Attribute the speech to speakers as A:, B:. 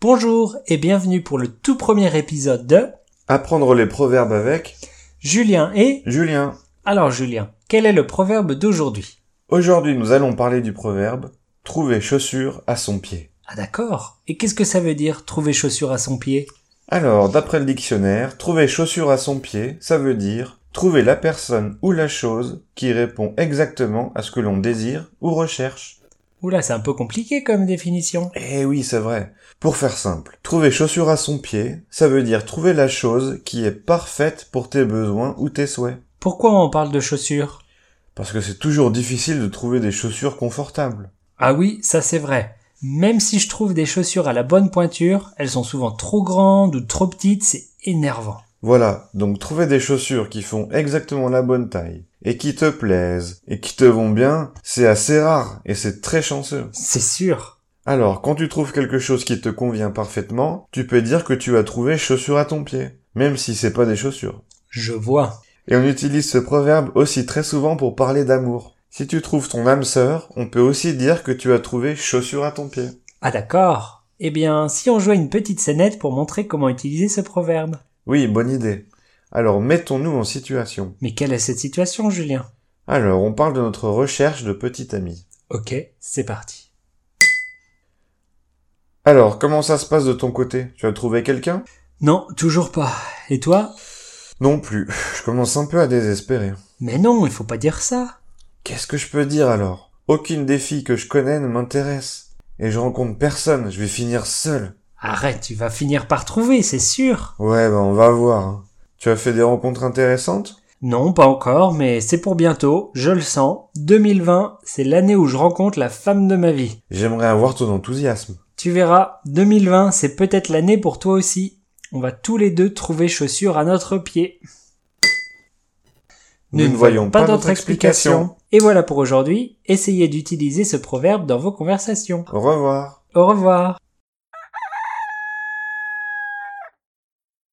A: Bonjour et bienvenue pour le tout premier épisode de
B: Apprendre les proverbes avec
A: Julien et...
B: Julien.
A: Alors Julien, quel est le proverbe d'aujourd'hui
B: Aujourd'hui, nous allons parler du proverbe trouver chaussure à son pied.
A: Ah d'accord. Et qu'est-ce que ça veut dire trouver chaussure à son pied
B: Alors, d'après le dictionnaire, trouver chaussure à son pied, ça veut dire trouver la personne ou la chose qui répond exactement à ce que l'on désire ou recherche.
A: Oula, c'est un peu compliqué comme définition.
B: Eh oui, c'est vrai. Pour faire simple, trouver chaussure à son pied, ça veut dire trouver la chose qui est parfaite pour tes besoins ou tes souhaits.
A: Pourquoi on parle de chaussures
B: Parce que c'est toujours difficile de trouver des chaussures confortables.
A: Ah oui, ça c'est vrai. Même si je trouve des chaussures à la bonne pointure, elles sont souvent trop grandes ou trop petites, c'est énervant.
B: Voilà, donc trouver des chaussures qui font exactement la bonne taille, et qui te plaisent, et qui te vont bien, c'est assez rare, et c'est très chanceux.
A: C'est sûr.
B: Alors, quand tu trouves quelque chose qui te convient parfaitement, tu peux dire que tu as trouvé chaussure à ton pied, même si c'est pas des chaussures.
A: Je vois.
B: Et on utilise ce proverbe aussi très souvent pour parler d'amour. Si tu trouves ton âme sœur, on peut aussi dire que tu as trouvé chaussure à ton pied.
A: Ah d'accord. Eh bien, si on jouait une petite scénette pour montrer comment utiliser ce proverbe.
B: Oui, bonne idée. Alors, mettons-nous en situation.
A: Mais quelle est cette situation, Julien
B: Alors, on parle de notre recherche de petit ami.
A: Ok, c'est parti.
B: Alors, comment ça se passe de ton côté Tu as trouvé quelqu'un
A: Non, toujours pas. Et toi
B: Non plus. Je commence un peu à désespérer.
A: Mais non, il faut pas dire ça.
B: Qu'est-ce que je peux dire alors Aucune des filles que je connais ne m'intéresse. Et je rencontre personne, je vais finir seul.
A: Arrête, tu vas finir par trouver, c'est sûr.
B: Ouais, ben on va voir. hein. Tu as fait des rencontres intéressantes
A: Non, pas encore, mais c'est pour bientôt, je le sens. 2020, c'est l'année où je rencontre la femme de ma vie.
B: J'aimerais avoir ton enthousiasme.
A: Tu verras, 2020, c'est peut-être l'année pour toi aussi. On va tous les deux trouver chaussures à notre pied.
B: Nous ne voyons pas d'autre explication.
A: Et voilà pour aujourd'hui, essayez d'utiliser ce proverbe dans vos conversations.
B: Au revoir.
A: Au revoir